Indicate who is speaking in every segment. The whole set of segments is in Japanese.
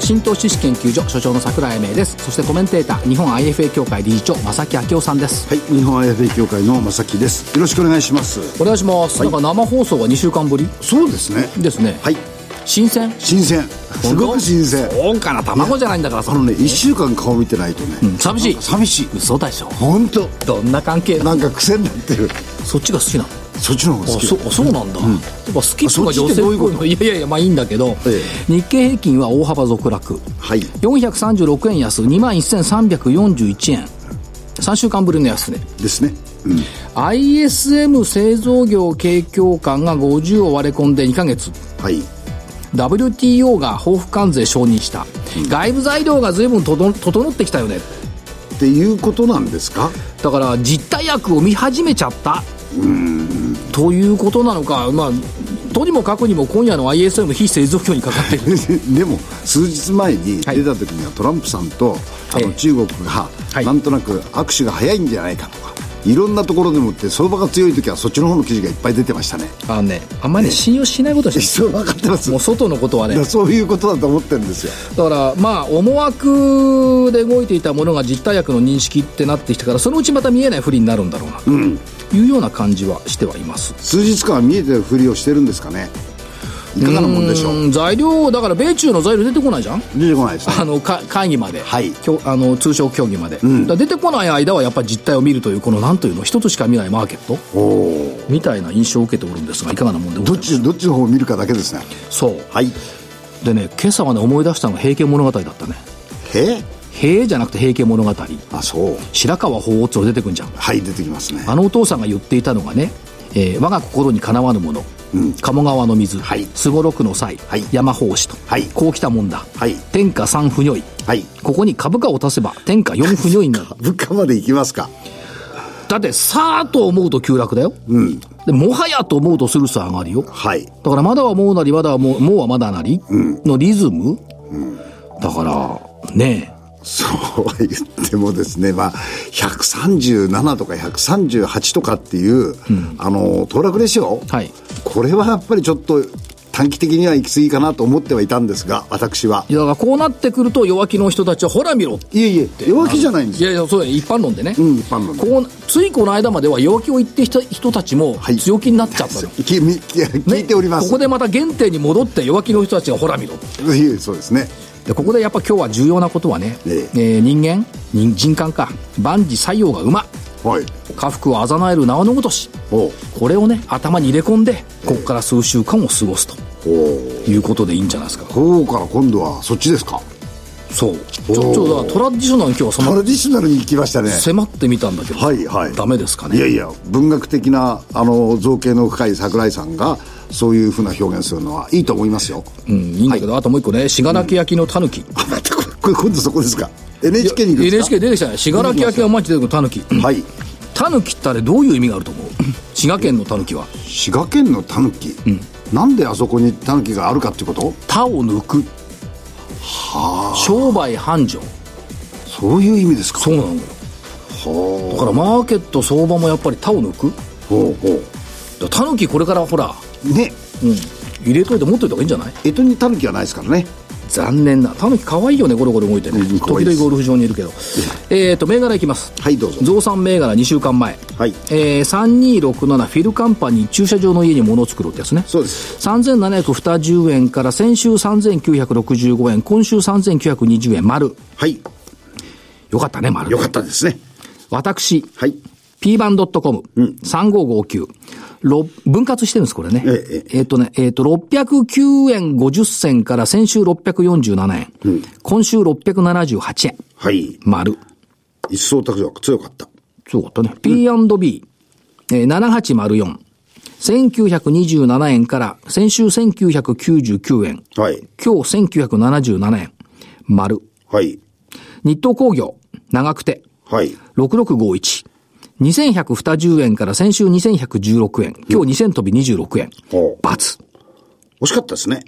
Speaker 1: 新投資知識研究所所長の桜井英明ですそしてコメンテーター日本 IFA 協会理事長正木昭夫さんです
Speaker 2: はい、日本 IFA 協会の正木です。よろしくお願いします。
Speaker 1: お願いします、なんか生放送が2週間ぶり
Speaker 2: そうですね。
Speaker 1: ですね
Speaker 2: はい、
Speaker 1: 新鮮
Speaker 2: 新鮮。すごく新鮮。
Speaker 1: そうかな卵じゃないんだから
Speaker 2: あ
Speaker 1: そ
Speaker 2: のね、一週間顔見てないとね、
Speaker 1: 寂しい
Speaker 2: 寂しい。
Speaker 1: 嘘でしょ
Speaker 2: 本当。
Speaker 1: どんな関係
Speaker 2: なんか癖になってる。
Speaker 1: そっちが好きなの
Speaker 2: そっちの方が好
Speaker 1: あ
Speaker 2: き。
Speaker 1: そうそうなんだ、やっぱスキップが
Speaker 2: あそっ
Speaker 1: 女
Speaker 2: ち
Speaker 1: 性
Speaker 2: ってどういうこ
Speaker 1: っ
Speaker 2: と
Speaker 1: ぽいのいやいやいやまあいいんだけど、
Speaker 2: え
Speaker 1: 日経平均は大幅続落
Speaker 2: はい。
Speaker 1: 436円安2万1341円3週間ぶりの安値
Speaker 2: ですね。うん。
Speaker 1: ISM 製造業景況感が50を割れ込んで2ヶ月
Speaker 2: はい。
Speaker 1: WTO が報復関税承認した、外部材料が随分とど整ってきたよね
Speaker 2: っていうことなんですか。
Speaker 1: だから実態薬を見始めちゃったということなのか、まあ、とにもかくにも今夜の ISM 非製造業にかかってる
Speaker 2: でも数日前に
Speaker 1: はい
Speaker 2: 出た時にはトランプさんとあ
Speaker 1: ええ
Speaker 2: の中国が
Speaker 1: はい
Speaker 2: なんとなく握手が早いんじゃないかとかいろんなところでもって相場が強い時はそっちの方の記事がいっぱい出て ましたね
Speaker 1: あのねあんまりね信用しないことに して
Speaker 2: そう分かってます
Speaker 1: もう外のことは
Speaker 2: だ
Speaker 1: ね
Speaker 2: からそういうことだと思ってるんですよ
Speaker 1: だからまあ思惑で動いていたものが実態役の認識ってなってきたからそのうちまた見えない不利になるんだろうなというような感じはしてはいます
Speaker 2: 数日間は見えてるふりをしてるんですかねいかがなもんでしょう
Speaker 1: うん材料だから米中の材料出てこないじゃん
Speaker 2: 出てこないですね
Speaker 1: あのか会議まで、
Speaker 2: はい
Speaker 1: きょあの通商協議まで、だから出てこない間はやっぱり実態を見るというこのなんというの一つしか見ないマーケットみたいな印象を受けておるんですがいかがなもんでござ
Speaker 2: ど
Speaker 1: い
Speaker 2: っ
Speaker 1: ます
Speaker 2: ちどっちの方を見るかだけですね
Speaker 1: そう
Speaker 2: はいへ
Speaker 1: でね今朝はね思い出したのが「平家物語」だったね
Speaker 2: え
Speaker 1: 「平」じゃなくて「平家物語」
Speaker 2: あそう
Speaker 1: 白川法皇っての出てくんじゃん
Speaker 2: はい出てきますね
Speaker 1: あのお父さんが言っていたのがね、えー我が心にかなわぬもの、鴨川の水
Speaker 2: はい
Speaker 1: すごろくの際、
Speaker 2: はい
Speaker 1: 山法師と、
Speaker 2: はい
Speaker 1: こう来たもんだ、
Speaker 2: はい
Speaker 1: 天下三不如意
Speaker 2: はい
Speaker 1: ここに株価を足せば天下四不如意に なる
Speaker 2: 物価までいきますか
Speaker 1: だってさあと思うと急落だよ、でもはやと思うとするさ上がりよ
Speaker 2: はい
Speaker 1: だからまだはもうなりまだはもうもうはまだなりのリズム、だからねえ
Speaker 2: そうは言ってもですね、まあ、137とか138とかっていう、あの騰落レシオ、
Speaker 1: はい
Speaker 2: これはやっぱりちょっと短期的には行き過ぎかなと思ってはいたんですが私はい
Speaker 1: やだからこうなってくると弱気の人たちはほら見ろって
Speaker 2: いえいえ弱気じゃないんです
Speaker 1: いやいやそうだよ一般論でね、
Speaker 2: うん一般論で
Speaker 1: こうついこの間までは弱気を言ってきた人たちも
Speaker 2: はい
Speaker 1: 強気になっちゃったの、ね
Speaker 2: きみき聞いております、
Speaker 1: ここでまた原点に戻って弱気の人たちがほら見ろ
Speaker 2: いえそうですね
Speaker 1: でここでやっぱ今日は重要なことはね、
Speaker 2: え
Speaker 1: えー人間人人間か万事採用が馬
Speaker 2: はい
Speaker 1: 家福をあざなえる縄のごとし
Speaker 2: おう
Speaker 1: これをね頭に入れ込んでここから数週間を過ごすと
Speaker 2: お
Speaker 1: いうことでいいんじゃないですか
Speaker 2: こうから今度はそっちですか
Speaker 1: そうちょちょだからトラディショナルに今日は
Speaker 2: ト
Speaker 1: 迫
Speaker 2: ラディショナルに行きましたね
Speaker 1: 迫ってみたんだけど、
Speaker 2: はいはい
Speaker 1: ダメですかね
Speaker 2: いやいや文学的なあの造形の深い桜井さんがそういうふうな表現するのはいいと思いますよ、
Speaker 1: うんいいんだけど、あともう一個ね信楽焼のたぬき
Speaker 2: あ またこれこれ今度そこですか NHK に行くんですか
Speaker 1: NHK 出てきたね信楽焼が毎日出てくるタヌキ
Speaker 2: はい
Speaker 1: タヌキってあれどういう意味があると思う滋賀県のタヌキは
Speaker 2: 滋賀県のタヌキ、なんであそこにタヌキがあるかっていうこと
Speaker 1: 他を抜く商売繁盛
Speaker 2: そういう意味ですか
Speaker 1: そうなんだよだからマーケット相場もやっぱり他を抜く
Speaker 2: ほうほ
Speaker 1: だからタヌキこれからほら、
Speaker 2: うね
Speaker 1: うん、入れといて持っといた方がいいんじゃない
Speaker 2: 江戸にタヌキはないですからね
Speaker 1: 残念なタヌキ可愛いよねゴロゴロ動いてね、
Speaker 2: うん可
Speaker 1: 時
Speaker 2: 愛いで
Speaker 1: 々
Speaker 2: す
Speaker 1: ゴルフ場にいるけどえっと銘柄いきます
Speaker 2: はいどうぞ
Speaker 1: 増産銘柄2週間前
Speaker 2: はい
Speaker 1: えー3267フィルカンパニー駐車場の家に物を作ろうってやつね
Speaker 2: そうです
Speaker 1: 3720円から先週3965円今週3920円丸
Speaker 2: はい
Speaker 1: よかったね丸
Speaker 2: よかったですね
Speaker 1: 私
Speaker 2: はい
Speaker 1: p バンドットコム3559ろ分割してるんですこれね
Speaker 2: ええ
Speaker 1: えっとねえっと609円50銭から先週647円、今週678円
Speaker 2: はい
Speaker 1: 丸
Speaker 2: 一層強か強かった
Speaker 1: そうだったね。P&B、えー、7804。1927円から、先週1999円。
Speaker 2: はい
Speaker 1: 今日1977円。丸。
Speaker 2: はい
Speaker 1: 日東工業、長くて、
Speaker 2: はい
Speaker 1: 6651。 2120円から先週2116円。今日2000飛び26円。
Speaker 2: おう
Speaker 1: 罰。
Speaker 2: 惜しかったですね。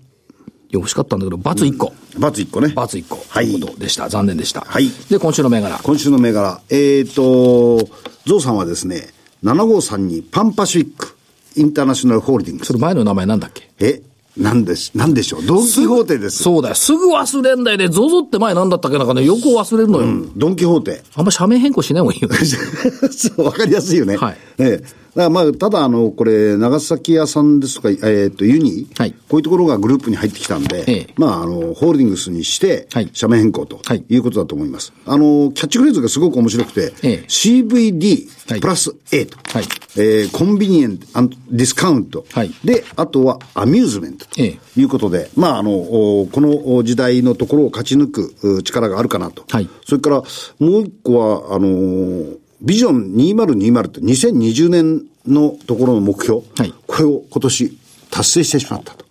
Speaker 1: いや、惜しかったんだけど、罰1個。
Speaker 2: バツ1個ね。
Speaker 1: 罰1個。
Speaker 2: は
Speaker 1: とい
Speaker 2: いう
Speaker 1: こ。とでした。残念でした。
Speaker 2: はい
Speaker 1: で、今週の銘柄。
Speaker 2: 今週の銘柄。えっ、と、ゾウさんはですね、753にパンパシフィックインターナショナルホールディング
Speaker 1: そ
Speaker 2: ス。
Speaker 1: れ前の名前なんだっけ
Speaker 2: え、なんでし、なんでしょう。ドン・キホーテです。
Speaker 1: そうだよ。すぐ忘れんだよね。ゾゾって前なんだったっけなんかね、よく忘れるのよ。
Speaker 2: ドン・キホーテ。
Speaker 1: あんま社名変更しない方がいいよね。
Speaker 2: そう、わかりやすいよね。
Speaker 1: はい
Speaker 2: ええ。だからまあ、ただ、あの、これ、長崎屋さんですとか、えっと、ユニ、
Speaker 1: はい
Speaker 2: こういうところがグループに入ってきたんで、
Speaker 1: ええ
Speaker 2: まあ、あの、ホールディングスにして、
Speaker 1: はい
Speaker 2: 社名変更と
Speaker 1: はい
Speaker 2: いうことだと思います。あの、キャッチフレーズがすごく面白くて、
Speaker 1: ええ
Speaker 2: CVD プラス A と、
Speaker 1: はい
Speaker 2: えーコンビニエントディスカウント、
Speaker 1: はい
Speaker 2: で、あとはアミューズメントと
Speaker 1: え
Speaker 2: いうことで、まあ、あの、おこのお時代のところを勝ち抜くう力があるかなと。
Speaker 1: はい
Speaker 2: それから、もう一個は、あのービジョン2020って2020年のところの目標。
Speaker 1: はい
Speaker 2: これを今年達成してしまったと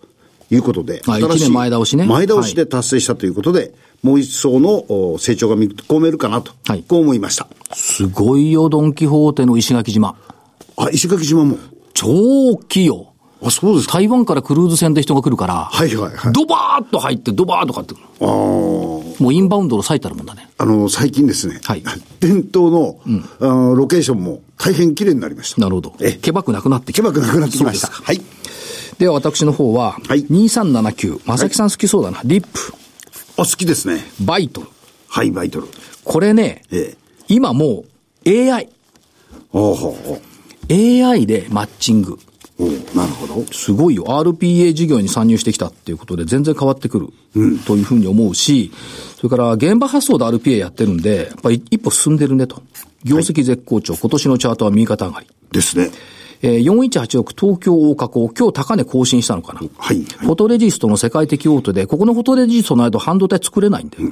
Speaker 2: いうことで。
Speaker 1: あ
Speaker 2: 新しい
Speaker 1: 一年前倒しね
Speaker 2: 前倒しで達成したということで、もう一層のお成長が見込めるかなと。
Speaker 1: はい
Speaker 2: こう思いました。
Speaker 1: すごいよ、ドンキホーテの石垣島。
Speaker 2: あ、石垣島も。
Speaker 1: 超大きいよ。
Speaker 2: あ、そうですか。
Speaker 1: 台湾からクルーズ船で人が来るから、
Speaker 2: はいはいはい。
Speaker 1: ドバーッと入って、ドバーッと買ってくる。
Speaker 2: あー
Speaker 1: もうインバウンドの最たるもんだね。
Speaker 2: あの、最近ですね。
Speaker 1: はい
Speaker 2: 伝統の、あのロケーションも大変綺麗になりました。
Speaker 1: なるほど。
Speaker 2: ええ
Speaker 1: けばくなくなってき
Speaker 2: け
Speaker 1: た。
Speaker 2: ばくなくなってきました。
Speaker 1: そうですか
Speaker 2: はい。
Speaker 1: では私の方は、
Speaker 2: はい
Speaker 1: 2379。まさきさん好きそうだな。リップ、
Speaker 2: お好きですね。
Speaker 1: バイトル。
Speaker 2: はい、バイトル。
Speaker 1: これね、
Speaker 2: ええ。
Speaker 1: 今もう AI。
Speaker 2: おうほうほう。
Speaker 1: AI でマッチング。
Speaker 2: おうなるほど。
Speaker 1: すごいよ。RPA 事業に参入してきたっていうことで全然変わってくる。というふうに思うし、それから現場発想で RPA やってるんで、やっぱり一歩進んでるねと。業績絶好調。今年のチャートは右肩上がり。
Speaker 2: ですね。
Speaker 1: えー、4186東京大加工。今日高値更新したのかな。
Speaker 2: はい。
Speaker 1: フォトレジストの世界的大手で、ここのフォトレジストないと半導体作れないんだよ。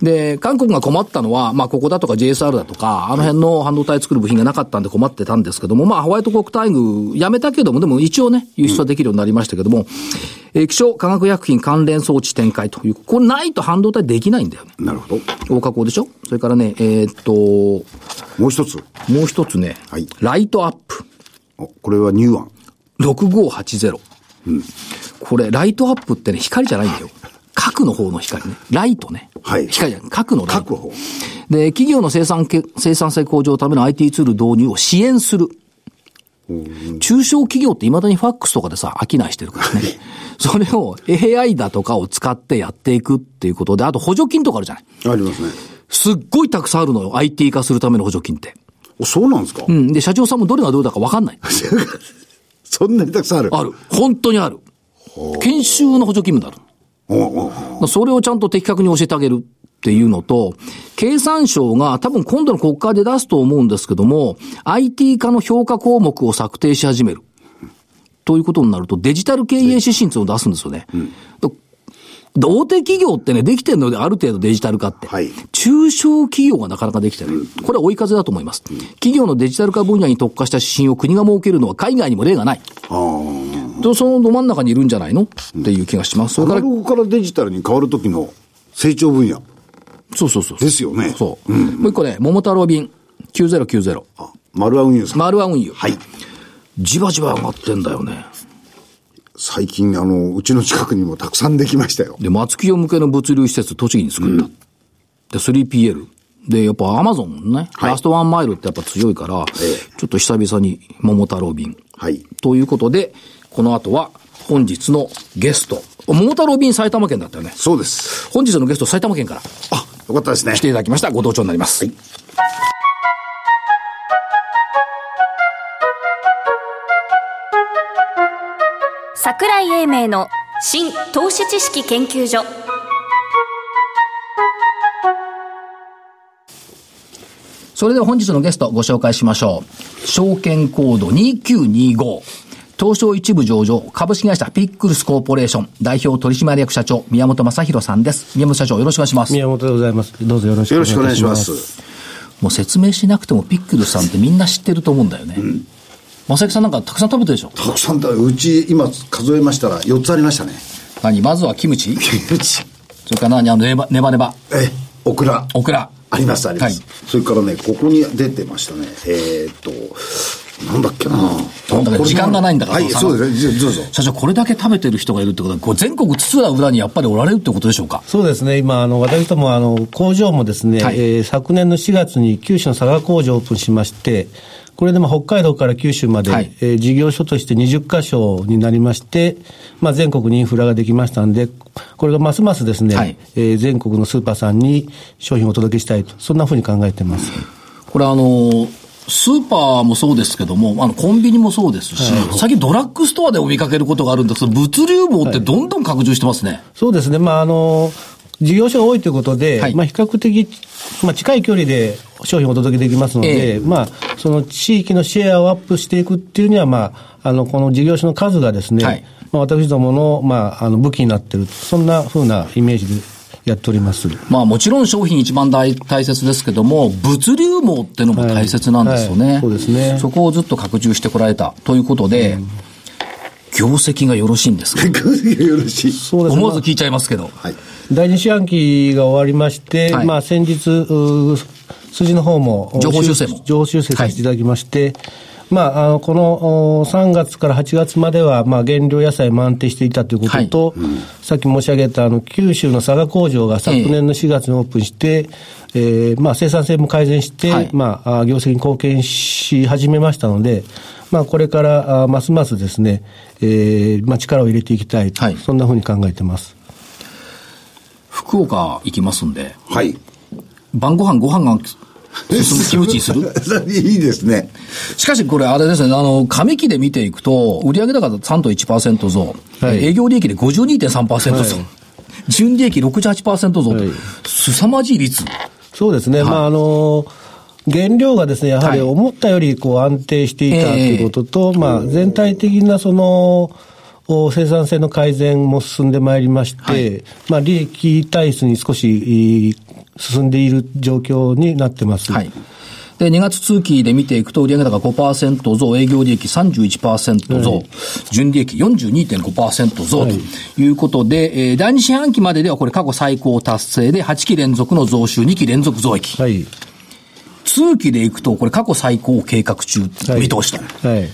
Speaker 1: で、韓国が困ったのは、まあ、ここだとか JSR だとか、あの辺の半導体作る部品がなかったんで困ってたんですけども、まあ、ハワイと国待遇やめたけども、でも一応ね、輸出はできるようになりましたけども、えー気象化学薬品関連装置展開という、これないと半導体できないんだよね。
Speaker 2: なるほど。
Speaker 1: 大加工でしょそれからね、えーっと、
Speaker 2: もう一つ。
Speaker 1: もう一つね、
Speaker 2: はい
Speaker 1: ライトアップ。
Speaker 2: おこれはニューアン。
Speaker 1: 6580。これ、ライトアップってね、光じゃないんだよ。核の方の光ね。ライトね。
Speaker 2: はい
Speaker 1: 光じゃない。核のライ
Speaker 2: 確
Speaker 1: ト。
Speaker 2: 保。
Speaker 1: で、企業の生産け、生産性向上のための IT ツール導入を支援する。中小企業って未だにファックスとかでさ、商いしてるからね。 それを AI だとかを使ってやっていくっていうことで、あと補助金とかあるじゃない。
Speaker 2: ありますね。
Speaker 1: すっごいたくさんあるのよ。IT 化するための補助金って。
Speaker 2: お、そうなんですか、
Speaker 1: うん。で、社長さんもどれがどれだかわかんない。
Speaker 2: そんなにたくさんある。
Speaker 1: ある。本当にある。研修の補助金もある。
Speaker 2: おうおうおう
Speaker 1: それをちゃんと的確に教えてあげるっていうのと、経産省が多分今度の国会で出すと思うんですけども、IT 化の評価項目を策定し始める。ということになると、デジタル経営指針っていうのを出すんですよね。だ大手企業ってね、できてるので、ある程度デジタル化って。
Speaker 2: はい
Speaker 1: 中小企業がなかなかできてない。これは追い風だと思います。企業のデジタル化分野に特化した指針を国が設けるのは海外にも例がない。
Speaker 2: あー
Speaker 1: とそのど真ん中にいるんじゃないのっていう気がします。そ
Speaker 2: ア
Speaker 1: れか
Speaker 2: ナ
Speaker 1: ら、
Speaker 2: ログからデジタルに変わる時の成長分野
Speaker 1: そうそうそう。
Speaker 2: ですよね。
Speaker 1: そう。もう一個ね、桃太郎便9090。
Speaker 2: あ、丸ア運輸さん。
Speaker 1: 丸は運輸。
Speaker 2: はい。
Speaker 1: じわじわ上がってんだよね。
Speaker 2: 最近、あの、うちの近くにもたくさんできましたよ。
Speaker 1: で、松木用向けの物流施設、栃木に作った。で、3PL。で、やっぱアマゾンね、
Speaker 2: はい
Speaker 1: ラストワンマイルってやっぱ強いから、ちょっと久々に桃太郎便。
Speaker 2: はい。
Speaker 1: ということで、この後は本日のゲスト。桃太郎便埼玉県だったよね。
Speaker 2: そうです。
Speaker 1: 本日のゲスト埼玉県から来
Speaker 2: あ、よかったですね。
Speaker 1: ていただきました。ご登場になります。
Speaker 3: 桜井英明の新投資知識研究所
Speaker 1: それでは本日のゲストご紹介しましょう。証券コード2925。東証一部上場、株式会社ピックルスコーポレーション、代表取締役社長、宮本正宏さんです。宮本社長、よろしくお願いします。
Speaker 4: 宮本でございます。どうぞよろしく
Speaker 2: よ
Speaker 4: お
Speaker 2: ろしくお
Speaker 4: 願
Speaker 2: 願
Speaker 4: い
Speaker 2: い
Speaker 4: し
Speaker 2: し
Speaker 4: ま。
Speaker 2: ますす。
Speaker 1: もう説明しなくてもピックルスさんってみんな知ってると思うんだよね。正木さんなんかたくさん食べてるでしょ
Speaker 2: たくさんだ。うち、今、数えましたら4つありましたね。
Speaker 1: 何まずはキムチそれから何あのネバネバネバ、
Speaker 2: え、オクラ。
Speaker 1: オクラ。
Speaker 2: あります、あります。
Speaker 1: は
Speaker 2: それからね、ここに出てましたね。えーっと、なんだっけな
Speaker 1: なんだか時間がないんだから
Speaker 2: はい、
Speaker 1: その
Speaker 2: そうですね。どうぞ。
Speaker 1: 社長、これだけ食べてる人がいるってことは、こう全国津々浦々にやっぱりおられるってことでしょうか。
Speaker 4: そうですね、今、あの私どもあの工場もですね、
Speaker 1: はい
Speaker 4: えー昨年の4月に九州の佐賀工場をオープンしまして、これでまあ北海道から九州まで、
Speaker 1: はい
Speaker 4: えー事業所として20カ所になりまして、まあ、全国にインフラができましたんで、これがますますですね、
Speaker 1: はい
Speaker 4: えー全国のスーパーさんに商品をお届けしたいと、そんなふうに考えてます。
Speaker 1: これあの、スーパーもそうですけども、あの、コンビニもそうですし、最近ドラッグストアでお見かけることがあるんですけど、物流網ってどんどん拡充してますね。
Speaker 4: そうですね、まあ、あの事業所が多いということで、
Speaker 1: はい
Speaker 4: まあ、比較的、まあ、近い距離で商品をお届けできますので、
Speaker 1: ええ
Speaker 4: まあ、その地域のシェアをアップしていくっていうには、まあ、あのこの事業所の数がですね、
Speaker 1: はい
Speaker 4: まあ、私どもの,、まあ、あの武器になっている、そんなふうなイメージでやっております。
Speaker 1: まあもちろん商品一番大大切ですけども、物流網ってのも大切なんですよね。
Speaker 4: はいはいそうですね
Speaker 1: そこをずっと拡充してこられたということで、業績がよろしいんですか
Speaker 2: よろしい。
Speaker 4: そうですね
Speaker 1: 思わず聞いちゃいますけど。
Speaker 2: はい。
Speaker 4: 第二四半期が終わりまして、
Speaker 1: はい
Speaker 4: まあ先日、うー数字の方も、
Speaker 1: 情報修正も
Speaker 4: 情報修正させていただきまして、まあ、あの、このお3月から8月までは、まあ、原料野菜も安定していたということと、さっき申し上げた、あの、九州の佐賀工場が昨年の4月にオープンして、えーまあ、生産性も改善して、
Speaker 1: はい
Speaker 4: まあ、あ業績に貢献し始めましたので、まあ、これから、あますますですね、えーまあ、力を入れていきたいと、
Speaker 1: はい
Speaker 4: そんなふうに考えてます。
Speaker 1: 福岡行きますんで、
Speaker 2: はい。
Speaker 1: 晩ご飯ご飯が進む気持ちにする
Speaker 2: いいですね。
Speaker 1: しかしこれあれですね、あの、上期で見ていくと、売上高が3.1%増、
Speaker 4: はい
Speaker 1: 営業利益で52.3%増、
Speaker 4: はい
Speaker 1: 純利益68%増と、
Speaker 4: はい
Speaker 1: 凄まじい率。
Speaker 4: そうですね、まああの原料がですね、やはり思ったよりこう安定していたということと、まあ、全体的なそのお生産性の改善も進んでまいりまして、まあ、利益体質に少しいい進んでいる状況になってます。
Speaker 1: はい。で、2月通期で見ていくと、売上高5%増、営業利益31%増、純利益42.5%増ということで、えー第2四半期までではこれ過去最高達成で、8期連続の増収、2期連続増益。
Speaker 4: はい
Speaker 1: 通期でいくと、これ過去最高を計画中、見通しと。
Speaker 4: はい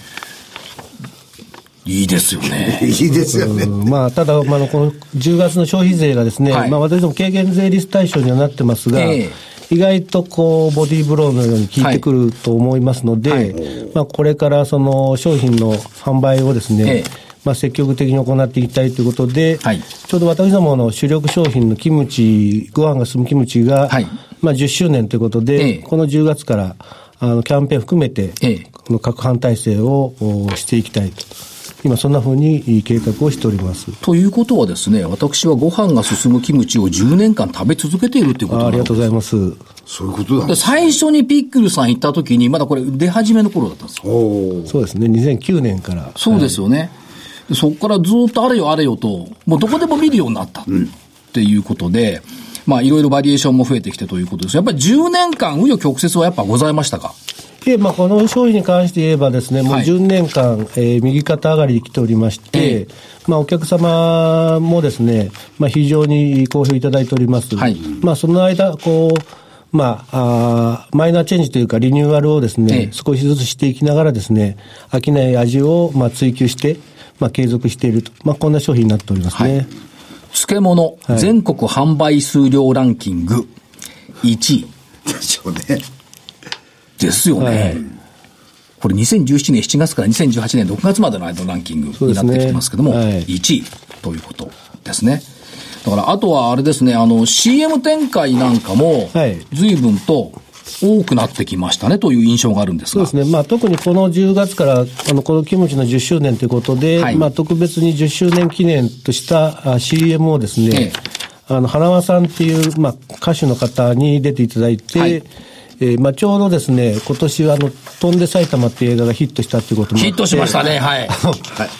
Speaker 1: いいですよね。
Speaker 2: いいですよね。
Speaker 4: まあ、ただ、まああの、この10月の消費税がですね、
Speaker 1: はい
Speaker 4: まあ、私ども軽減税率対象にはなってますが、
Speaker 1: ええ
Speaker 4: 意外とこう、ボディーブローのように効いてくると思いますので、
Speaker 1: はい
Speaker 4: まあ、これからその商品の販売をですね、
Speaker 1: ええ
Speaker 4: まあ、積極的に行っていきたいということで、
Speaker 1: はい
Speaker 4: ちょうど私どもの主力商品のキムチ、ご飯が進むキムチが、
Speaker 1: はい
Speaker 4: まあ、10周年ということで、
Speaker 1: ええ
Speaker 4: この10月から、あの、キャンペーン含めて、
Speaker 1: ええ
Speaker 4: この各班体制をおしていきたいと。今、そんなふうに計画をしております。
Speaker 1: ということはですね、私はご飯が進むキムチを10年間食べ続けているということ
Speaker 4: あ
Speaker 1: な
Speaker 4: あ
Speaker 1: ん
Speaker 4: り
Speaker 1: で
Speaker 4: がとうございます。
Speaker 2: そういうことだ
Speaker 1: で。最初にピックルさん行った時に、まだこれ出始めの頃だったんですよ。
Speaker 2: おー
Speaker 4: そうですね、2009年から。
Speaker 1: そうですよね。でそこからずっとあれよあれよと、もうどこでも見るようになったっていうことで、まあいろいろバリエーションも増えてきてということです。やっぱり10年間、紆余曲折はやっぱございましたか
Speaker 4: で、まあ、この商品に関して言えばですね、もう
Speaker 1: はい
Speaker 4: 10年間、えー右肩上がりで来ておりまして、
Speaker 1: ええ
Speaker 4: まあ、お客様もですね、まあ、非常に好評いただいております。
Speaker 1: はい
Speaker 4: まあ、その間、こう、まあ、あーマイナーチェンジというか、リニューアルをです
Speaker 1: え
Speaker 4: ね、
Speaker 1: え
Speaker 4: 少しずつしていきながらですね、飽きない味を、まあ、追求して、まあ、継続していると。まあ、こんな商品になっておりますね。
Speaker 1: 漬物、
Speaker 4: はい
Speaker 1: 全国販売数量ランキング1位
Speaker 2: でしょうね。
Speaker 1: ですよね。
Speaker 4: はい
Speaker 1: これ2017年7月から2018年6月までの間のランキング
Speaker 4: そう
Speaker 1: に
Speaker 4: で
Speaker 1: な
Speaker 4: す
Speaker 1: っ
Speaker 4: ね
Speaker 1: てきてますけども、
Speaker 4: はい
Speaker 1: 1位ということですね。だから、あとはあれですね、あの、CM 展開なんかも
Speaker 4: はい、
Speaker 1: 随分と多くなってきましたねという印象があるんです
Speaker 4: そう
Speaker 1: が。
Speaker 4: ですね、まあ、特にこの10月から、あのこのキムチの10周年ということで、
Speaker 1: はい
Speaker 4: まあ、特別に10周年記念としたあ CM をです
Speaker 1: ええ
Speaker 4: ね、あの花輪さんっていう、まあ、歌手の方に出ていただいて、
Speaker 1: はい
Speaker 4: えーまあ、ちょうどですね、今年はあの飛んで埼玉っていう映画がヒットしたっていうこともあっ
Speaker 1: ヒ
Speaker 4: て
Speaker 1: ットしましたね、 はい。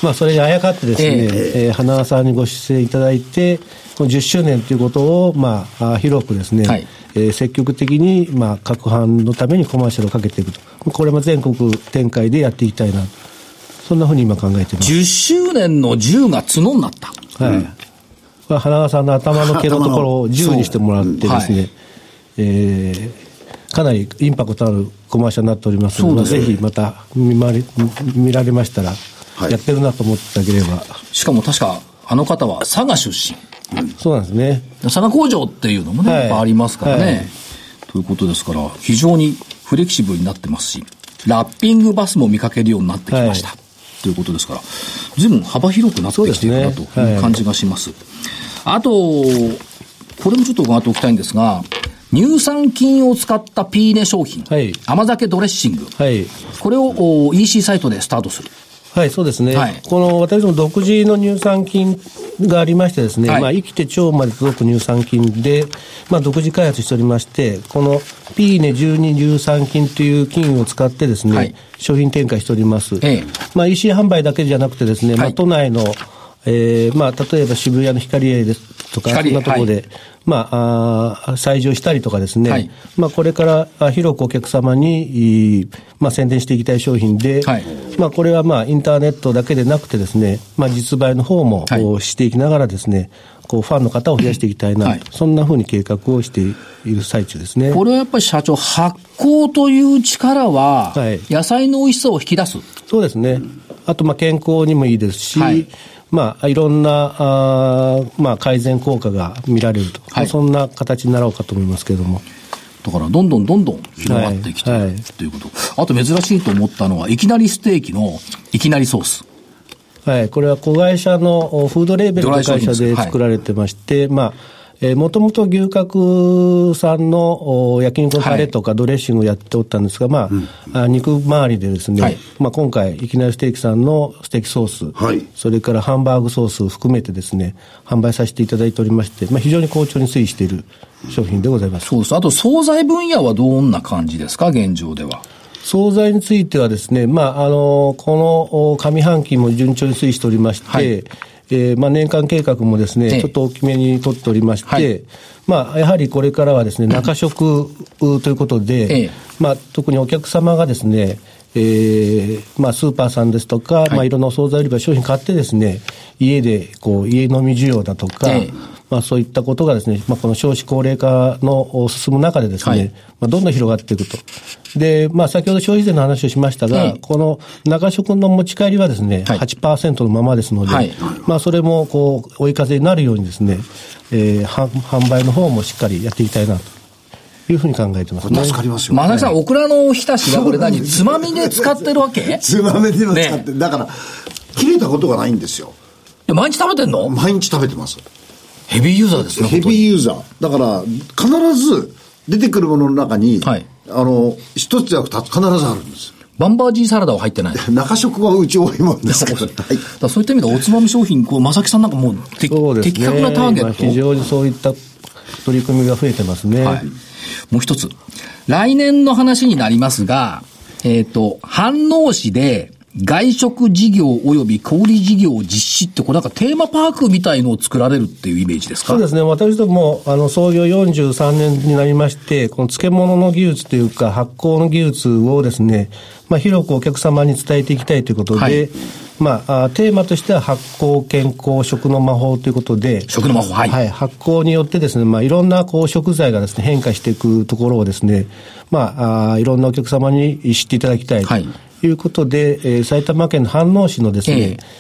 Speaker 4: まあ、それにあやかってですね、
Speaker 1: え
Speaker 4: えー花輪さんにご出演いただいて、この10周年ということを、まあ、あ広くですね、
Speaker 1: はい
Speaker 4: えー積極的に、まあ、各班のためにコマーシャルをかけていくと。これも全国展開でやっていきたいな。そんなふうに今考えています。
Speaker 1: 10周年の10が角になった。
Speaker 4: はい。これは花輪さんの頭の毛のところを10にしてもらってです
Speaker 1: 頭の
Speaker 4: ね、えー、かなりインパクトあるコマーシャルになっておりますので、ぜひまた見まれ見られましたら、
Speaker 2: はい
Speaker 4: やってるなと思っていただければ、
Speaker 1: しかも確か、あの方は佐賀出身。
Speaker 4: そうなんですね。
Speaker 1: 佐賀工場っていうのもね、
Speaker 4: はい
Speaker 1: やっぱありますからね、
Speaker 4: はい
Speaker 1: ということですから、非常にフレキシブルになってますし、ラッピングバスも見かけるようになってきました。
Speaker 4: はい
Speaker 1: ということですから、随分幅広くなってきているなと
Speaker 4: そうですね
Speaker 1: い
Speaker 4: は
Speaker 1: う
Speaker 4: い
Speaker 1: 感じがします。あと、これもちょっと伺っておきたいんですが、乳酸菌を使ったピーネ商品、
Speaker 4: はい
Speaker 1: 甘酒ドレッシング、
Speaker 4: はい。
Speaker 1: これをお EC サイトでスタートする。
Speaker 4: はい、そうですね。
Speaker 1: はい
Speaker 4: この私ども独自の乳酸菌がありましてですね、
Speaker 1: はい
Speaker 4: まあ生きて腸まで届く乳酸菌で、まあ独自開発しておりまして、この P ネ12乳酸菌という菌を使ってですね、
Speaker 1: はい
Speaker 4: 商品展開しております。
Speaker 1: ええ
Speaker 4: まあ EC 販売だけじゃなくてですね、ま
Speaker 1: は
Speaker 4: あ
Speaker 1: い
Speaker 4: 都内の、えーまあ例えば渋谷の光栄ですとか、そ
Speaker 1: 光
Speaker 4: ん
Speaker 1: 栄
Speaker 4: なところで、
Speaker 1: はい
Speaker 4: まあ、あー採場したりとかですね、
Speaker 1: はい
Speaker 4: まあこれからあ広くお客様に、いいまあ宣伝していきたい商品で、
Speaker 1: はい
Speaker 4: まあ、これはまあインターネットだけでなくてですね、まあ、実売の方も
Speaker 1: はい
Speaker 4: こうしていきながらですね、こうファンの方を増やしていきたいな、
Speaker 1: はい
Speaker 4: そんなふうに計画をしている最中ですね。
Speaker 1: これはやっぱり社長、発酵という力は
Speaker 4: はい、
Speaker 1: 野菜の美味しさを引き出す。
Speaker 4: そうですね。あとまあ健康にもいいですし、
Speaker 1: はい
Speaker 4: まあいろんなあーまあ改善効果が見られると、
Speaker 1: はい
Speaker 4: そんな形になろうかと思いますけれども。
Speaker 1: だからどんどんどんどん広がってきて
Speaker 4: はい
Speaker 1: る
Speaker 4: はい
Speaker 1: っていうこと、あと珍しいと思ったのはいきなりステーキのいきなりソース
Speaker 4: はい、これは子会社のおフードレーベルの会社で作られてまして、まあ、えー、もともと牛角さんのお焼肉のタレとかドレッシングをやっておったんですが、まあ、あ肉周りでですね、
Speaker 1: はい
Speaker 4: まあ、今回、いきなりステーキさんのステーキソース、
Speaker 2: はい
Speaker 4: それからハンバーグソースを含めてですね、販売させていただいておりまして、まあ、非常に好調に推移している商品でございます。
Speaker 1: そうですあと惣菜分野はどんな感じですか現状では
Speaker 4: 総菜についてはですね、まあ、あの、このお上半期も順調に推移しておりまして、
Speaker 1: はい
Speaker 4: えーまあ、年間計画もです
Speaker 1: ええ
Speaker 4: ね、ちょっと大きめに取っておりまして、
Speaker 1: はい
Speaker 4: まあ、やはりこれからはですね、中食ということで、
Speaker 1: ええ
Speaker 4: まあ、特にお客様がですね、えーまあ、スーパーさんですとか、いまあ、いろんなお惣菜売り場商品買ってですね、家で、こう、家飲み需要だとか、
Speaker 1: ええ
Speaker 4: まあ、そういったことがですね、まあ、この少子高齢化のお進む中でですね、
Speaker 1: はい
Speaker 4: まあ、どんどん広がっていくと。で、まあ、先ほど消費税の話をしましたが、
Speaker 1: ええ
Speaker 4: この中食の持ち帰りはですね、
Speaker 1: はい
Speaker 4: 8%のままですので、
Speaker 1: はい
Speaker 4: まあ、それも、こう、追い風になるようにですね、えー、販販売の方もしっかりやっていきたいなというふうに考えてますね。
Speaker 2: 助かりますよ
Speaker 1: まさきさんオクラのおひたしはこれ何つまみで使ってるわけい
Speaker 2: つまめでも使って、だから切れたことがないんですよ
Speaker 1: や毎日食べてんの
Speaker 2: 毎日食べてます
Speaker 1: ヘビーユーザーですね
Speaker 2: ヘ
Speaker 1: 本当に
Speaker 2: ビーユーザーだから必ず出てくるものの中に、
Speaker 1: はい
Speaker 2: あの一つや二つ必ずあるんです
Speaker 1: バンバージーサラダは入って ないだ
Speaker 2: 中食はうち多いもんですけど、はい
Speaker 1: からそういった意味ではおつまみ商品こう正木さんなんかもうて
Speaker 4: そうですね。
Speaker 1: 的確なターゲ
Speaker 4: 今
Speaker 1: ット
Speaker 4: 非常にそういった取り組みが増えてますね。
Speaker 1: はい。もう一つ。来年の話になりますが、えっ、と、反応市で、外食事業及び小売事業を実施って、これなんかテーマパークみたいのを作られるっていうイメージですか
Speaker 4: そうですね、私ども、あの、創業43年になりまして、この漬物の技術というか、発酵の技術をですね、まあ、広くお客様に伝えていきたいということで、
Speaker 1: はい
Speaker 4: まあ、あテーマとしては発酵、健康、食の魔法ということで、
Speaker 1: 食の魔法、はい。
Speaker 4: はい、発酵によってですね、まあ、いろんなこう食材がですね、変化していくところをですね、まあ、あーいろんなお客様に知っていただきたいと
Speaker 1: はい
Speaker 4: いうことで、えー埼玉県の飯能市のですね、えー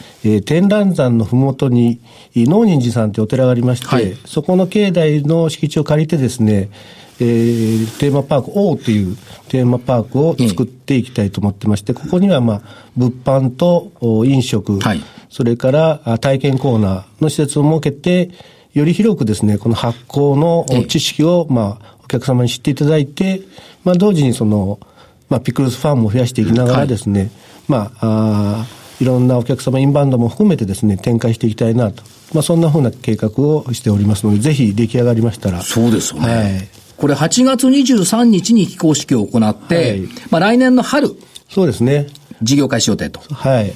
Speaker 4: 天覧山のふもとに、能仁寺さんというお寺がありまして、
Speaker 1: はい
Speaker 4: そこの境内の敷地を借りてですね、えーテーマパーク O というテーマパークを作っていきたいと思ってまして、ここには、まあ、物販とお飲食、
Speaker 1: はい
Speaker 4: それからあ体験コーナーの施設を設けて、より広くですね、この発行の
Speaker 1: ええ
Speaker 4: 知識を、まあ、お客様に知っていただいて、まあ、同時にその、まあ、ピクルスファンも増やしていきなが
Speaker 1: は
Speaker 4: ら
Speaker 1: い
Speaker 4: ですね、まあ、あーいろんなお客様、インバウンドも含めてですね、展開していきたいなと。まあ、そんなふうな計画をしておりますので、ぜひ出来上がりましたら。
Speaker 1: そうですよね。
Speaker 4: はい
Speaker 1: これ8月23日に起工式を行って、
Speaker 4: はい
Speaker 1: まあ来年の春、
Speaker 4: そうですね。
Speaker 1: 事業開始予定と。
Speaker 4: はい。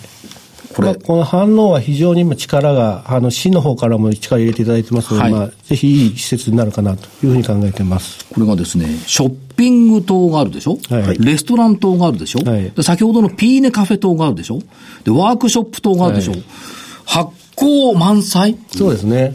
Speaker 1: これ
Speaker 4: まあ、この反応は非常に今力が、あの、市の方からも力入れていただいてますので、
Speaker 1: はい
Speaker 4: まあ、ぜひいい施設になるかなというふうに考えてます。
Speaker 1: これがですね、ショッピング棟があるでしょ、
Speaker 4: はい
Speaker 1: レストラン棟があるでしょ、
Speaker 4: はい
Speaker 1: で先ほどのピーネカフェ棟があるでしょで、ワークショップ棟があるでしょ、
Speaker 4: はい
Speaker 1: 発酵満載
Speaker 4: そうですね。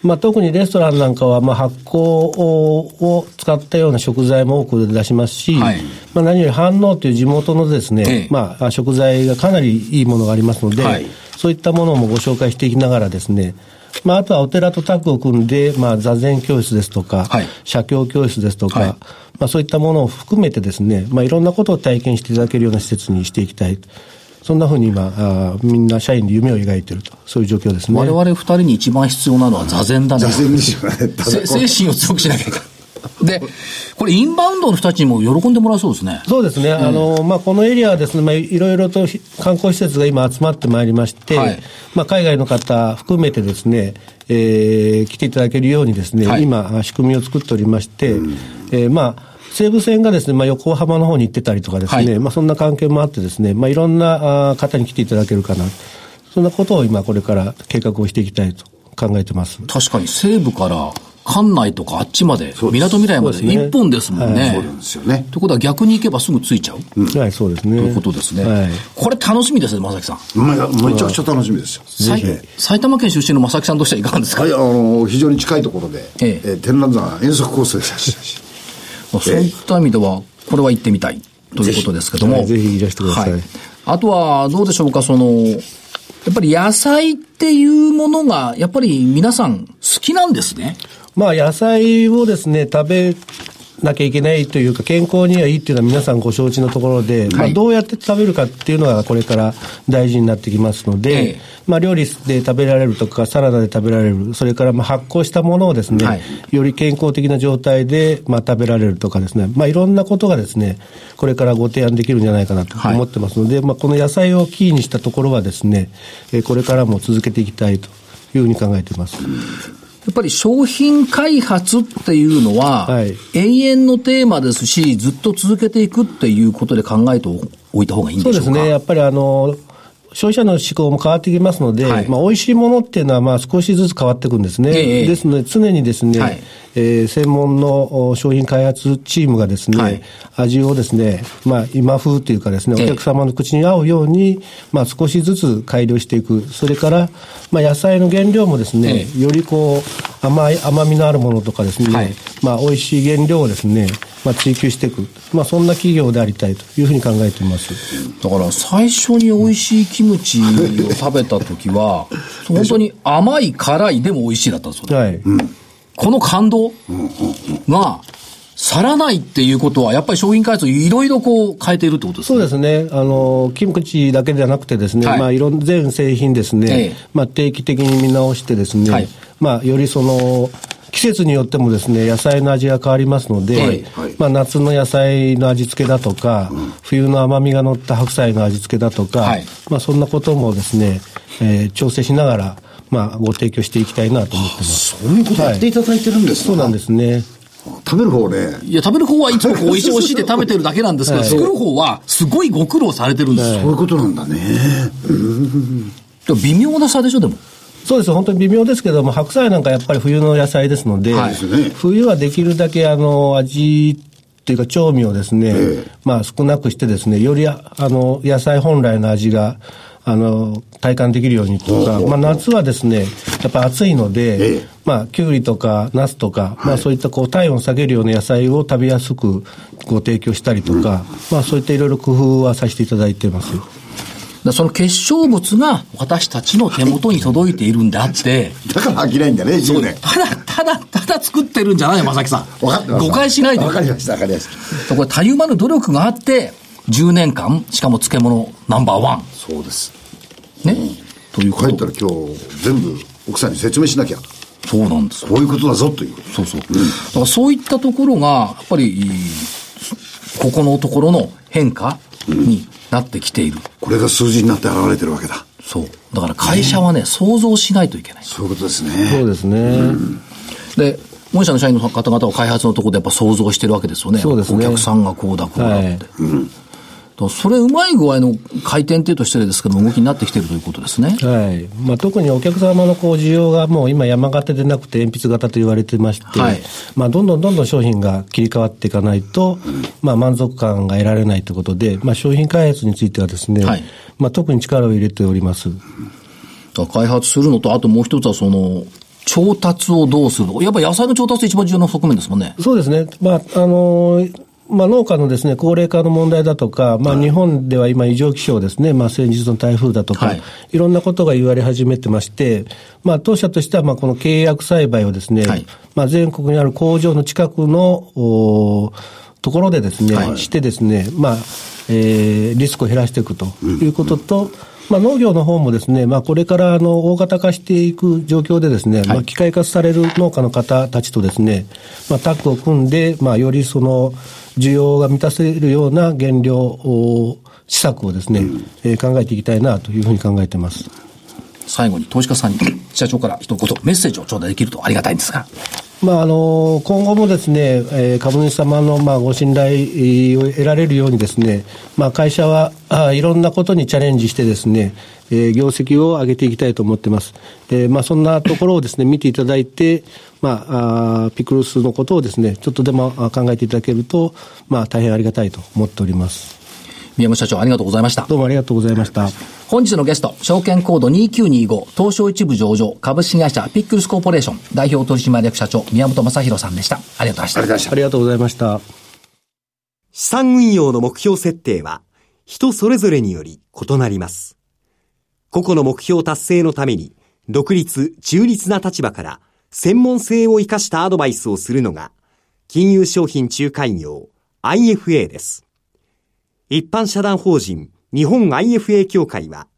Speaker 4: まあ、特にレストランなんかは、まあ、発酵を使ったような食材も多く出しますし、
Speaker 1: はい
Speaker 4: まあ、何より反応という地元のですね、
Speaker 1: ええ
Speaker 4: まあ、食材がかなりいいものがありますので、
Speaker 1: はい
Speaker 4: そういったものもご紹介していきながらですね、まあ、あとはお寺とタッグを組んで、まあ、座禅教室ですとか、
Speaker 1: はい
Speaker 4: 写経教室ですとか、
Speaker 1: はい
Speaker 4: まあ、そういったものを含めてですね、まあ、いろんなことを体験していただけるような施設にしていきたいと。そんなふうに今あー、みんな社員で夢を描いていると、そういう状況ですね。
Speaker 1: 我々二人に一番必要なのは座禅だね
Speaker 2: 座。禅にしかないただ
Speaker 1: せ
Speaker 2: こ
Speaker 1: 精神を強くしなきゃいけない。で、これインバウンドの人たちにも喜んでもらえそうですね。
Speaker 4: そうですね、あのまあ、このエリアはです、ねまあ、いろいろとひ観光施設が今、集まってまいりまして、
Speaker 1: はい
Speaker 4: まあ、海外の方含めてですね、えー来ていただけるようにです、ね
Speaker 1: はい
Speaker 4: 今、あ仕組みを作っておりまして、えーまあ、西武線がです、ねまあ、横浜の方に行ってたりとかですね、
Speaker 1: はい
Speaker 4: まあ、そんな関係もあってです、ねまあ、いろんなあ方に来ていただけるかな、そんなことを今、これから計画をしていきたいと考えてます。
Speaker 1: 確かに西部から関内とかあっちまで、みなとみらいまで
Speaker 4: そうですね
Speaker 1: 一本ですもんね。
Speaker 2: そうなんですよね
Speaker 1: ということは逆に行けばすぐ着いちゃう、
Speaker 4: はい、そうですね。
Speaker 1: ということですね、
Speaker 4: はい
Speaker 1: これ楽しみですね、正木さん。
Speaker 2: まあめちゃくちゃ楽しみですよ
Speaker 1: さい埼玉県出身の正木さんとしてはいかがですか、
Speaker 2: はいあの非常に近いところで、え
Speaker 1: ええ
Speaker 2: ー天覧山遠足コースですし
Speaker 1: まあそういった意味では、これは行ってみたいということですけども。
Speaker 4: ぜひはいぜひいらしてください
Speaker 1: あとは、どうでしょうか、その、やっぱり野菜っていうものが、やっぱり皆さん好きなんですね。
Speaker 4: まあ野菜をですね、食べなきゃいけないというか、健康にはいいっていうのは皆さんご承知のところで、まあどうやって食べるかっていうのはこれから大事になってきますの
Speaker 1: え
Speaker 4: で、
Speaker 1: え
Speaker 4: まあ料理で食べられるとか、サラダで食べられる、それからまあ発酵したものをですね、
Speaker 1: はい
Speaker 4: より健康的な状態でまあ食べられるとかですね、まあいろんなことがですね、これからご提案できるんじゃないかなと
Speaker 1: はい
Speaker 4: 思ってますので、まあこの野菜をキーにしたところはですね、えーこれからも続けていきたいというふうに考えています。
Speaker 1: やっぱり商品開発っていうのは、
Speaker 4: はい
Speaker 1: 永遠のテーマですし、ずっと続けていくっていうことで考えておいた方がいいん
Speaker 4: そ
Speaker 1: で
Speaker 4: う
Speaker 1: しょ
Speaker 4: で
Speaker 1: うか
Speaker 4: すね、やっぱりあの消費者の思考も変わってきますので、
Speaker 1: はい
Speaker 4: まあ、美味しいものっていうのは、まあ、少しずつ変わっていくんですね。
Speaker 1: ええ
Speaker 4: ですので、常にですね、
Speaker 1: はい
Speaker 4: えー専門のお商品開発チームがですね、
Speaker 1: はい
Speaker 4: 味をですね、まあ、今風というかですね、
Speaker 1: ええ
Speaker 4: お客様の口に合うように、まあ、少しずつ改良していく。それから、まあ、野菜の原料もですね、
Speaker 1: ええ
Speaker 4: よりこう、甘い、甘みのあるものとかですね、
Speaker 1: はい
Speaker 4: まあ、美味しい原料をですね、まあ、追求していく。まあ、そんな企業でありたいというふうに考えています。
Speaker 1: だから最初に美味しいキムチを食べた時は、本当に甘い辛いでも美味しいだったんですよね。
Speaker 4: はい。
Speaker 1: この感動が、去らないっていうことは、やっぱり商品開発をいろいろこう変えているってことです
Speaker 4: そう
Speaker 1: ね。
Speaker 4: ですね。あの、キムチだけではなくてですね、
Speaker 1: はい
Speaker 4: い、まあ、いろんな全製品ですね、
Speaker 1: ええ
Speaker 4: まあ、定期的に見直してですね、
Speaker 1: はい
Speaker 4: まあ、よりその、季節によってもですね、野菜の味が変わりますので、
Speaker 1: はい
Speaker 2: はい
Speaker 4: まあ、夏の野菜の味付けだとか、冬の甘みが乗った白菜の味付けだとか、
Speaker 1: はい
Speaker 4: まあ、そんなこともですね、えー調整しながら、まあ、ご提供していきたいなと思ってます。
Speaker 2: そういうことやっていただいてるんです
Speaker 4: そうなんですすね。
Speaker 2: 食べる方ね
Speaker 1: いや、食べる方はいつもこう美味しい美味しいで食べてるだけなんですけど、
Speaker 4: はい
Speaker 1: 作る方はすごいご苦労されてるんですよ。
Speaker 2: そういうことなんだね
Speaker 1: でも微妙な差でしょ、でも。
Speaker 4: そうです本当に微妙ですけども白菜なんかやっぱり冬の野菜ですので、
Speaker 1: はい
Speaker 2: ですね
Speaker 4: 冬はできるだけあの味というか調味をですね、
Speaker 2: ええ
Speaker 4: まあ少なくしてですねよりああの野菜本来の味があの体感できるようにとか、まあ、夏はですねやっぱ暑いの
Speaker 2: え
Speaker 4: で、
Speaker 2: え
Speaker 4: まあきゅうりとかナスとか、まあそういったこう体温を下げるような野菜を食べやすくご提供したりとか、まあそういったいろいろ工夫はさせていただいてます。
Speaker 1: だからその結晶物が私たちの手元に届いているんであって、
Speaker 2: だから飽きないんだね10年
Speaker 1: ただ、ただ、ただ作ってるんじゃないよ、正木さん。
Speaker 2: 分かってます
Speaker 1: 誤解しないで。
Speaker 2: 分かりました分かりました
Speaker 1: これ、たゆまぬ努力があって、10年間、しかも漬物ナンバーワン。
Speaker 2: そうです
Speaker 1: ね。というこ
Speaker 2: 帰った
Speaker 1: と。
Speaker 2: ら今日全部奥さんに説明しなきゃ
Speaker 1: そうなんですよ。
Speaker 2: こういうことだぞという
Speaker 1: そうそう。だからそういったところが、やっぱり、いいここのところの変化になってきている。
Speaker 2: これが数字になって現れてるわけだ
Speaker 1: そう。だから会社はね、想像しないといけない。
Speaker 2: そういうことですね
Speaker 4: そうですね。
Speaker 1: で、御社の社員の方々は開発のところでやっぱ想像してるわけですよね。
Speaker 4: そうですね
Speaker 1: お客さんがこうだ、こうだっ
Speaker 4: は
Speaker 1: て。
Speaker 4: い
Speaker 1: だからそれうまい具合の回転っていうと失礼ですけども動きになってきてるということですね。
Speaker 4: はいまあ、特にお客様のこう需要がもう今山型でなくて鉛筆型と言われてまして、
Speaker 1: はい
Speaker 4: まあ、どんどんどんどん商品が切り替わっていかないと、まあ、満足感が得られないということで、まあ、商品開発についてはですね、
Speaker 1: はい
Speaker 4: まあ、特に力を入れております。
Speaker 1: だから開発するのと、あともう一つはその、調達をどうするのか。やっぱ野菜の調達一番重要な側面ですもんね。
Speaker 4: そうですね。まあ、あのーまあ、農家のですね、高齢化の問題だとか、まあ、日本では今異常気象ですね、まあ、先日の台風だとか、
Speaker 1: はいい、
Speaker 4: ろんなことが言われ始めてまして、まあ、当社としては、まあ、この契約栽培をですね、
Speaker 1: はい
Speaker 4: まあ、全国にある工場の近くの、おーところでですね、
Speaker 1: はい
Speaker 4: してですね、まあ、えーリスクを減らしていくということと、まあ、農業の方もですね、まあ、これからあの大型化していく状況でですね、まあ、機械化される農家の方たちとですね、まあ、タッグを組んで、まあ、よりその需要が満たせるような原料を施策をですね、えー考えていきたいなというふうに考えてます。
Speaker 1: 最後に投資家さんに、 社長から一言、メッセージを頂戴できるとありがたいんですが。
Speaker 4: まあ、あの今後もですね、えー株主様のまあご信頼えーを得られるようにですね、まあ、会社はあーいろんなことにチャレンジしてですね、えー業績を上げていきたいと思ってます。えーまあ、そんなところをですね、 見ていただいて、まあ、あーピクルスのことをですね、ちょっとでもあー考えていただけると、まあ、大変ありがたいと思っております。
Speaker 1: 宮本社長、ありがとうございました
Speaker 4: ど。うもありがとうございました。
Speaker 1: 本日のゲスト、証券コード2925、東証一部上場、株式会社ピックルスコーポレーション、代表取締役社長、宮本正宏さんでした。ありがとうございました
Speaker 2: ありがとうご。ざいました
Speaker 4: あ。りがとうございました。
Speaker 5: 資産運用の目標設定は人それぞれにより異なります。個々の目標達成のために独立、中立な立場から専門性を生かしたアドバイスをするのが金融商品仲介業 IFA です。一般社団法人日本 IFA 協会は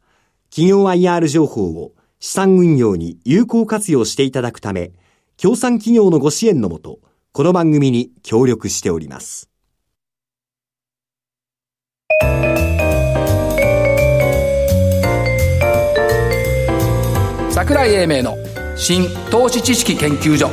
Speaker 5: 企業 IR 情報を資産運用に有効活用していただくため、協賛企業のご支援のもと、この番組に協力しております。
Speaker 1: 桜井英明の新投資知識研究所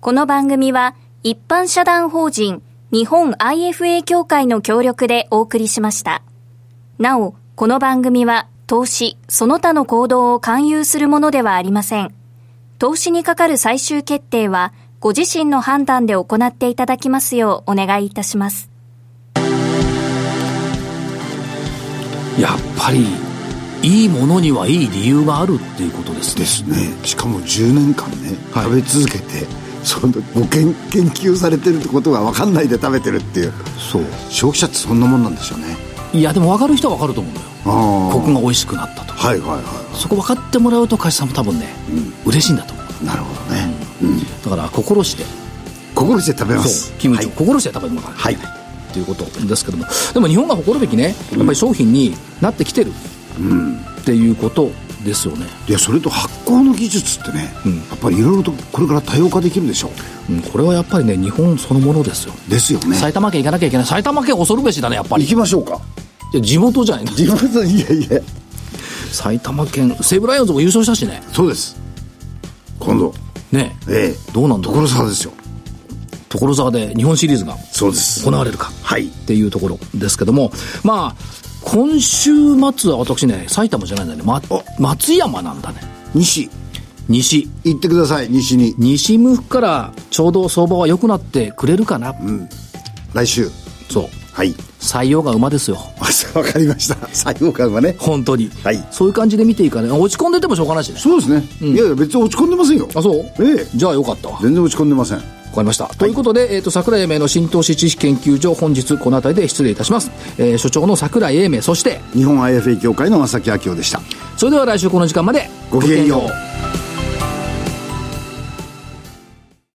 Speaker 3: この番組は一般社団法人日本 IFA 協会の協力でお送りしました。なお、この番組は投資、その他の行動を勧誘するものではありません。投資にかかる最終決定はご自身の判断で行っていただきますようお願いいたします。
Speaker 1: やっぱりいいものにはいい理由があるっていうことですね
Speaker 2: ですねしかも10年間ね、
Speaker 1: はい
Speaker 2: 食べ続けてそのご研研究されてるってことが分かんないで食べてるっていう
Speaker 1: そう
Speaker 2: 消費者ってそんなもんなんでしょうね
Speaker 1: いやでも分かる人は分かると思うんだよ
Speaker 2: ああ
Speaker 1: ここが美味しくなったとか
Speaker 2: はいはいは
Speaker 1: そこ分かってもらうと会社さんも多分ね、嬉しいんだと思う
Speaker 2: いなるほどね、うん、
Speaker 1: だから心して
Speaker 2: 心して食べます
Speaker 1: キムチ
Speaker 2: は
Speaker 1: を
Speaker 2: い
Speaker 1: 心して食べるのかな
Speaker 2: はい
Speaker 1: ということですけどもでも日本が誇るべきねやっぱり商品になってきてるっていうことですよね、
Speaker 2: いやそれと発酵の技術ってね、
Speaker 1: うん
Speaker 2: やっぱりいろいろとこれから多様化できるでしょう
Speaker 1: うんこれはやっぱりね日本そのものですよ
Speaker 2: ですよね
Speaker 1: 埼玉県行かなきゃいけない埼玉県恐るべしだねやっぱり
Speaker 2: 行きましょうか
Speaker 1: いや地元じゃない
Speaker 2: 自分のいやいや
Speaker 1: 埼玉県西武ライオンズも優勝したしね
Speaker 2: そうです今度
Speaker 1: ね
Speaker 2: ええ
Speaker 1: どうなんだろう
Speaker 2: 所沢ですよ
Speaker 1: 所沢で日本シリーズが
Speaker 2: そうです
Speaker 1: 行われるか
Speaker 2: はい
Speaker 1: っていうところですけどもまあ今週末は私ね埼玉じゃないんだよね、ま
Speaker 2: お、
Speaker 1: 松山なんだね
Speaker 2: 西
Speaker 1: 西
Speaker 2: 行ってください西に
Speaker 1: 西向くからちょうど相場は良くなってくれるかな、
Speaker 2: 来週
Speaker 1: そう
Speaker 2: はい
Speaker 1: 採用が馬ですよ
Speaker 2: わかりました採用感はね
Speaker 1: 本当に、
Speaker 2: はい
Speaker 1: そういう感じで見ていかね落ち込んでてもしょうがないしね
Speaker 2: そうですね、いやいや別に落ち込んでませんよ
Speaker 1: あそう
Speaker 2: ええ
Speaker 1: じゃあよかったわ
Speaker 2: 全然落ち込んでません
Speaker 1: わかりました。ということで、えっ、と、桜井英明の新投資知識研究所、本日この辺りで失礼いたします。えー所長の桜井英明、そして、
Speaker 2: 日本 IFA 協会の正木明夫でした
Speaker 1: それでは来週この時間まで、
Speaker 2: ごきげんよう
Speaker 1: う